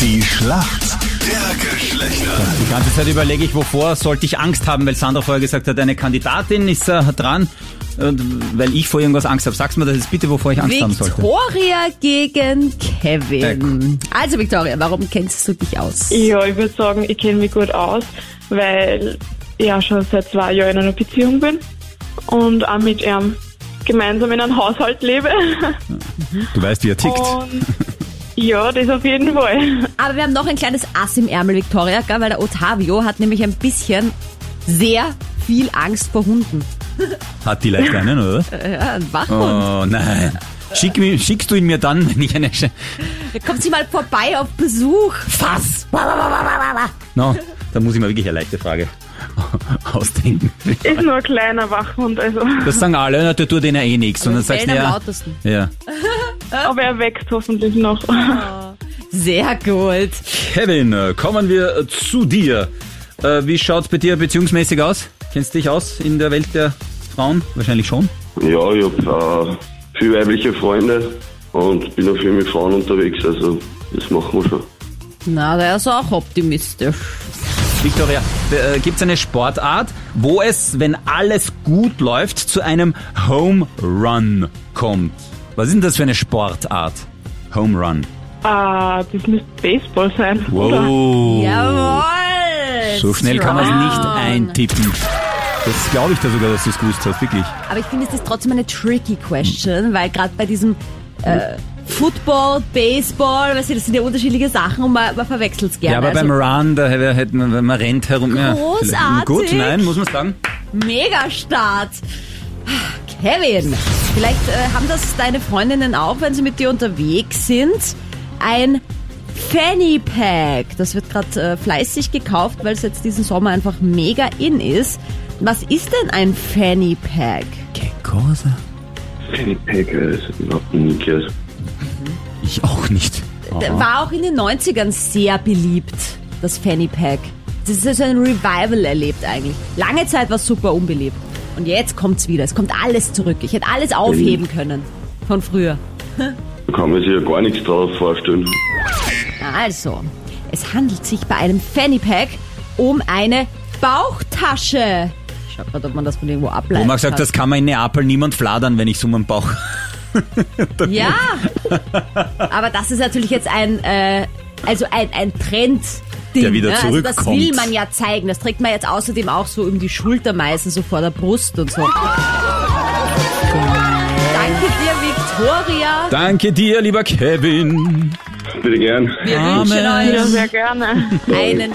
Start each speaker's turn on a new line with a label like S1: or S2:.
S1: Die Schlacht der Geschlechter.
S2: Die ganze Zeit überlege ich, wovor sollte ich Angst haben, weil Sandra vorher gesagt hat, eine Kandidatin ist äh, dran. Und weil ich vor irgendwas Angst habe. Sag's mir das jetzt bitte, wovor ich Angst haben sollte.
S3: Victoria gegen Kevin. Also Victoria, warum kennst du dich aus?
S4: Ja, ich würde sagen, ich kenne mich gut aus, weil ich ja schon seit zwei Jahren in einer Beziehung bin und auch mit ihm gemeinsam in einem Haushalt lebe.
S1: Du weißt, wie er tickt.
S3: Oh.
S4: Und ja, das auf jeden Fall.
S3: Aber wir haben noch ein kleines Ass im Ärmel, Victoria, gell? weil der Ottavio hat nämlich ein bisschen sehr viel Angst vor Hunden.
S2: Hat die leicht einen, oder?
S3: Ja, ein Wachhund.
S2: Oh nein. Schick mir, schickst du ihn mir dann, wenn ich eine... Sch
S3: Kommt sie mal vorbei auf Besuch.
S2: Fass! No, da muss ich mir wirklich eine leichte Frage ausdenken.
S4: Ist nur ein kleiner Wachhund, also.
S2: Das sagen alle, na, der tut denen eh nichts. Und dann sagst du,
S3: Bellen Äh, am
S2: ja,
S3: lautesten.
S2: ja.
S4: Aber er wächst hoffentlich noch.
S3: Sehr gut.
S2: Kevin, äh, kommen wir äh, zu dir. Äh, wie schaut's bei dir beziehungsmäßig aus? Kennst du dich aus in der Welt der Frauen? Wahrscheinlich schon.
S5: Ja, ich habe äh, viele weibliche Freunde und bin auch viel mit Frauen unterwegs, also das machen wir schon.
S3: Na, der ist auch optimistisch.
S2: Victoria, äh, gibt's eine Sportart, wo es, wenn alles gut läuft, zu einem Home Run kommt? Was ist denn das für eine Sportart? Home Run.
S4: Ah, das müsste Baseball sein, oder?
S2: Wow.
S3: Jawohl.
S2: Oh. So schnell kann man es nicht
S3: Strong.
S2: eintippen. Das glaube ich da sogar, dass du es gewusst hast, wirklich.
S3: Aber ich finde, es ist trotzdem eine tricky question, weil gerade bei diesem äh, Football, Baseball, weißt du, das sind ja unterschiedliche Sachen und man, man verwechselt es gerne. Also,
S2: Ja, aber beim Run, da hätte hätte man, wenn man rennt herum. ja, vielleicht.
S3: Großartig.
S2: Gut, nein, muss man sagen.
S3: also, Megastart. Kevin, vielleicht äh, haben das deine Freundinnen auch, wenn sie mit dir unterwegs sind, ein Fanny Pack. Das wird gerade äh, fleißig gekauft, weil es jetzt diesen Sommer einfach mega in ist. Was ist denn ein Fanny Pack?
S2: Gekosa?
S5: Penny Packer ist überhaupt nie gehört.
S2: Ich auch nicht.
S3: D- War auch in den 90ern sehr beliebt, das Fanny Pack. Das ist so ein Revival erlebt eigentlich. Lange Zeit war es super unbeliebt. Und jetzt kommt's wieder. Es kommt alles zurück. Ich hätte alles aufheben können von früher.
S5: Da kann man sich ja gar nichts drauf vorstellen.
S3: Also, es handelt sich bei einem Fanny Pack um eine Bauchtasche. Ich schau grad, ob man das von irgendwo ableitet.
S2: Oma sagt, halt das kann man in Neapel niemand fladern, wenn ich so meinen Bauch.
S3: Ja. Aber das ist natürlich jetzt ein, äh, also ein, ein Trend.
S2: Der wieder
S3: also das
S2: zurückkommt.
S3: will man ja zeigen. Das trägt man jetzt außerdem auch so um die Schulter meistens, so vor der Brust und so. Danke dir, Victoria.
S2: Danke dir, lieber Kevin.
S5: Bitte gern.
S3: Wir wünschen
S4: Ja,
S3: euch
S4: sehr gerne.
S3: einen